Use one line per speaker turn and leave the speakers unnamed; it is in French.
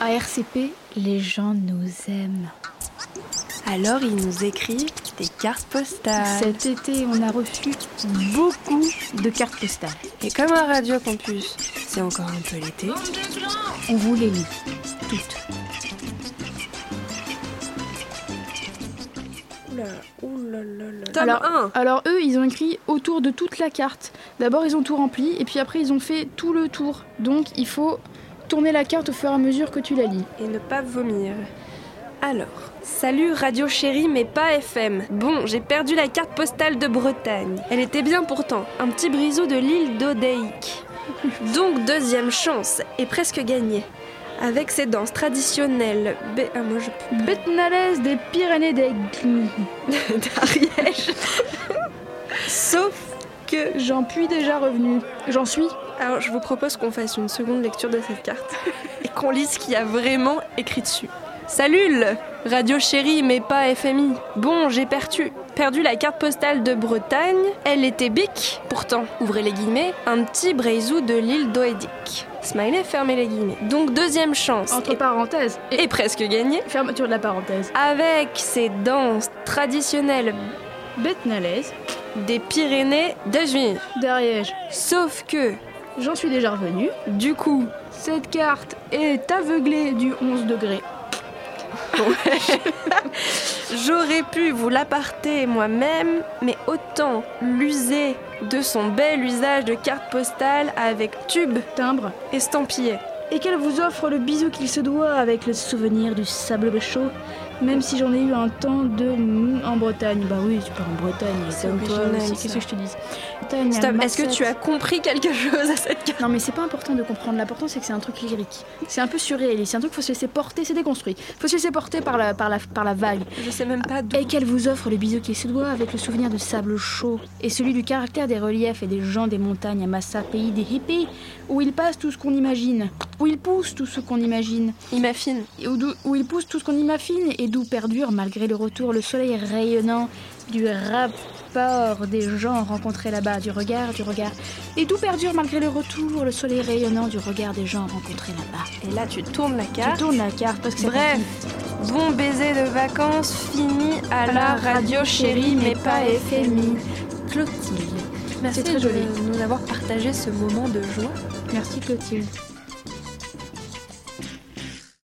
À RCP, les gens nous aiment.
Alors il nous écrit des cartes
Euh,
postales.
Cet été, on a reçu beaucoup de cartes postales.
Et comme à Radio Campus, c'est encore un peu l'été.
On vous les lit toutes.
Tome
Alors-
1
Alors eux, ils ont écrit autour de toute la carte. D'abord, ils ont tout rempli et puis après, ils ont fait tout le tour. Donc, il faut tourner la carte au fur et à mesure que tu la lis.
et ne pas vomir. Alors, salut Radio Chérie mais pas FM. Bon, j'ai perdu la carte postale de Bretagne. Elle était bien pourtant, un petit brisou de l'île d'Odéique. Donc deuxième chance et presque gagnée. Avec ses danses traditionnelles, bé- ah, moi je
Betnalaise des Pyrénées des
d'Ariège. Sauf que
J'en puis déjà revenu. J'en suis.
Alors, je vous propose qu'on fasse une seconde lecture de cette carte et qu'on lise ce qu'il y a vraiment écrit dessus. Salut Radio chérie, mais pas FMI. Bon, j'ai perdu, perdu la carte postale de Bretagne. Elle était bic, pourtant, ouvrez les guillemets, un petit braisou de l'île d'Oedic. Smiley, fermez les guillemets. Donc, deuxième chance.
Entre parenthèses.
Et- et presque gagnée.
Fermeture de la parenthèse.
Avec ses danses traditionnelles
Betnalaise
des Pyrénées d'Azur.
d'Ariège.
Sauf que,
J'en suis déjà revenu.
du coup,
Cette carte est aveuglée du 11 degré.
J'aurais pu vous l'apporter moi-même, mais autant l'user de son bel usage de carte postale avec tube
Timbre.
estampillé.
Et qu'elle vous offre le bisou qu'il se doit avec le souvenir du sable chaud. Même si j'en ai eu un temps de mou en Bretagne. Bah oui, tu pars en Bretagne.
C'est
comme toi
original,
aussi, Qu'est-ce
ça.
que je te dis Bretagne, à
Stop, est-ce que
Marseille.
tu as compris quelque chose à cette carte
Non mais c'est pas important de comprendre, l'important c'est que c'est un truc lyrique. C'est un peu surréaliste, c'est un truc faut se laisser porter, c'est déconstruit. Faut se laisser porter par la, par la, par la vague.
Je sais même pas d'où.
Et qu'elle vous offre le bisou qui se doit avec le souvenir de sable chaud et celui du caractère des reliefs et des gens des montagnes à Massa, pays des hippies, où ils passent tout ce qu'on imagine, où ils poussent tout ce qu'on imagine,
Il m'affine.
et où, d'où- où ils poussent tout ce qu'on imagine et d'où perdure malgré le retour le soleil rayonnant du rapport des gens rencontrés là-bas, du regard, du regard, et d'où perdure malgré le retour le soleil rayonnant du regard des gens rencontrés là-bas.
Et là, tu tournes la
Tu
carte.
tournes la carte parce que c'est
Bref, bon baiser de vacances fini à la radio chérie, mais pas FMI.
Clotilde.
Merci
C'est très
de
joli.
nous avoir partagé ce moment de joie.
Merci Clotilde.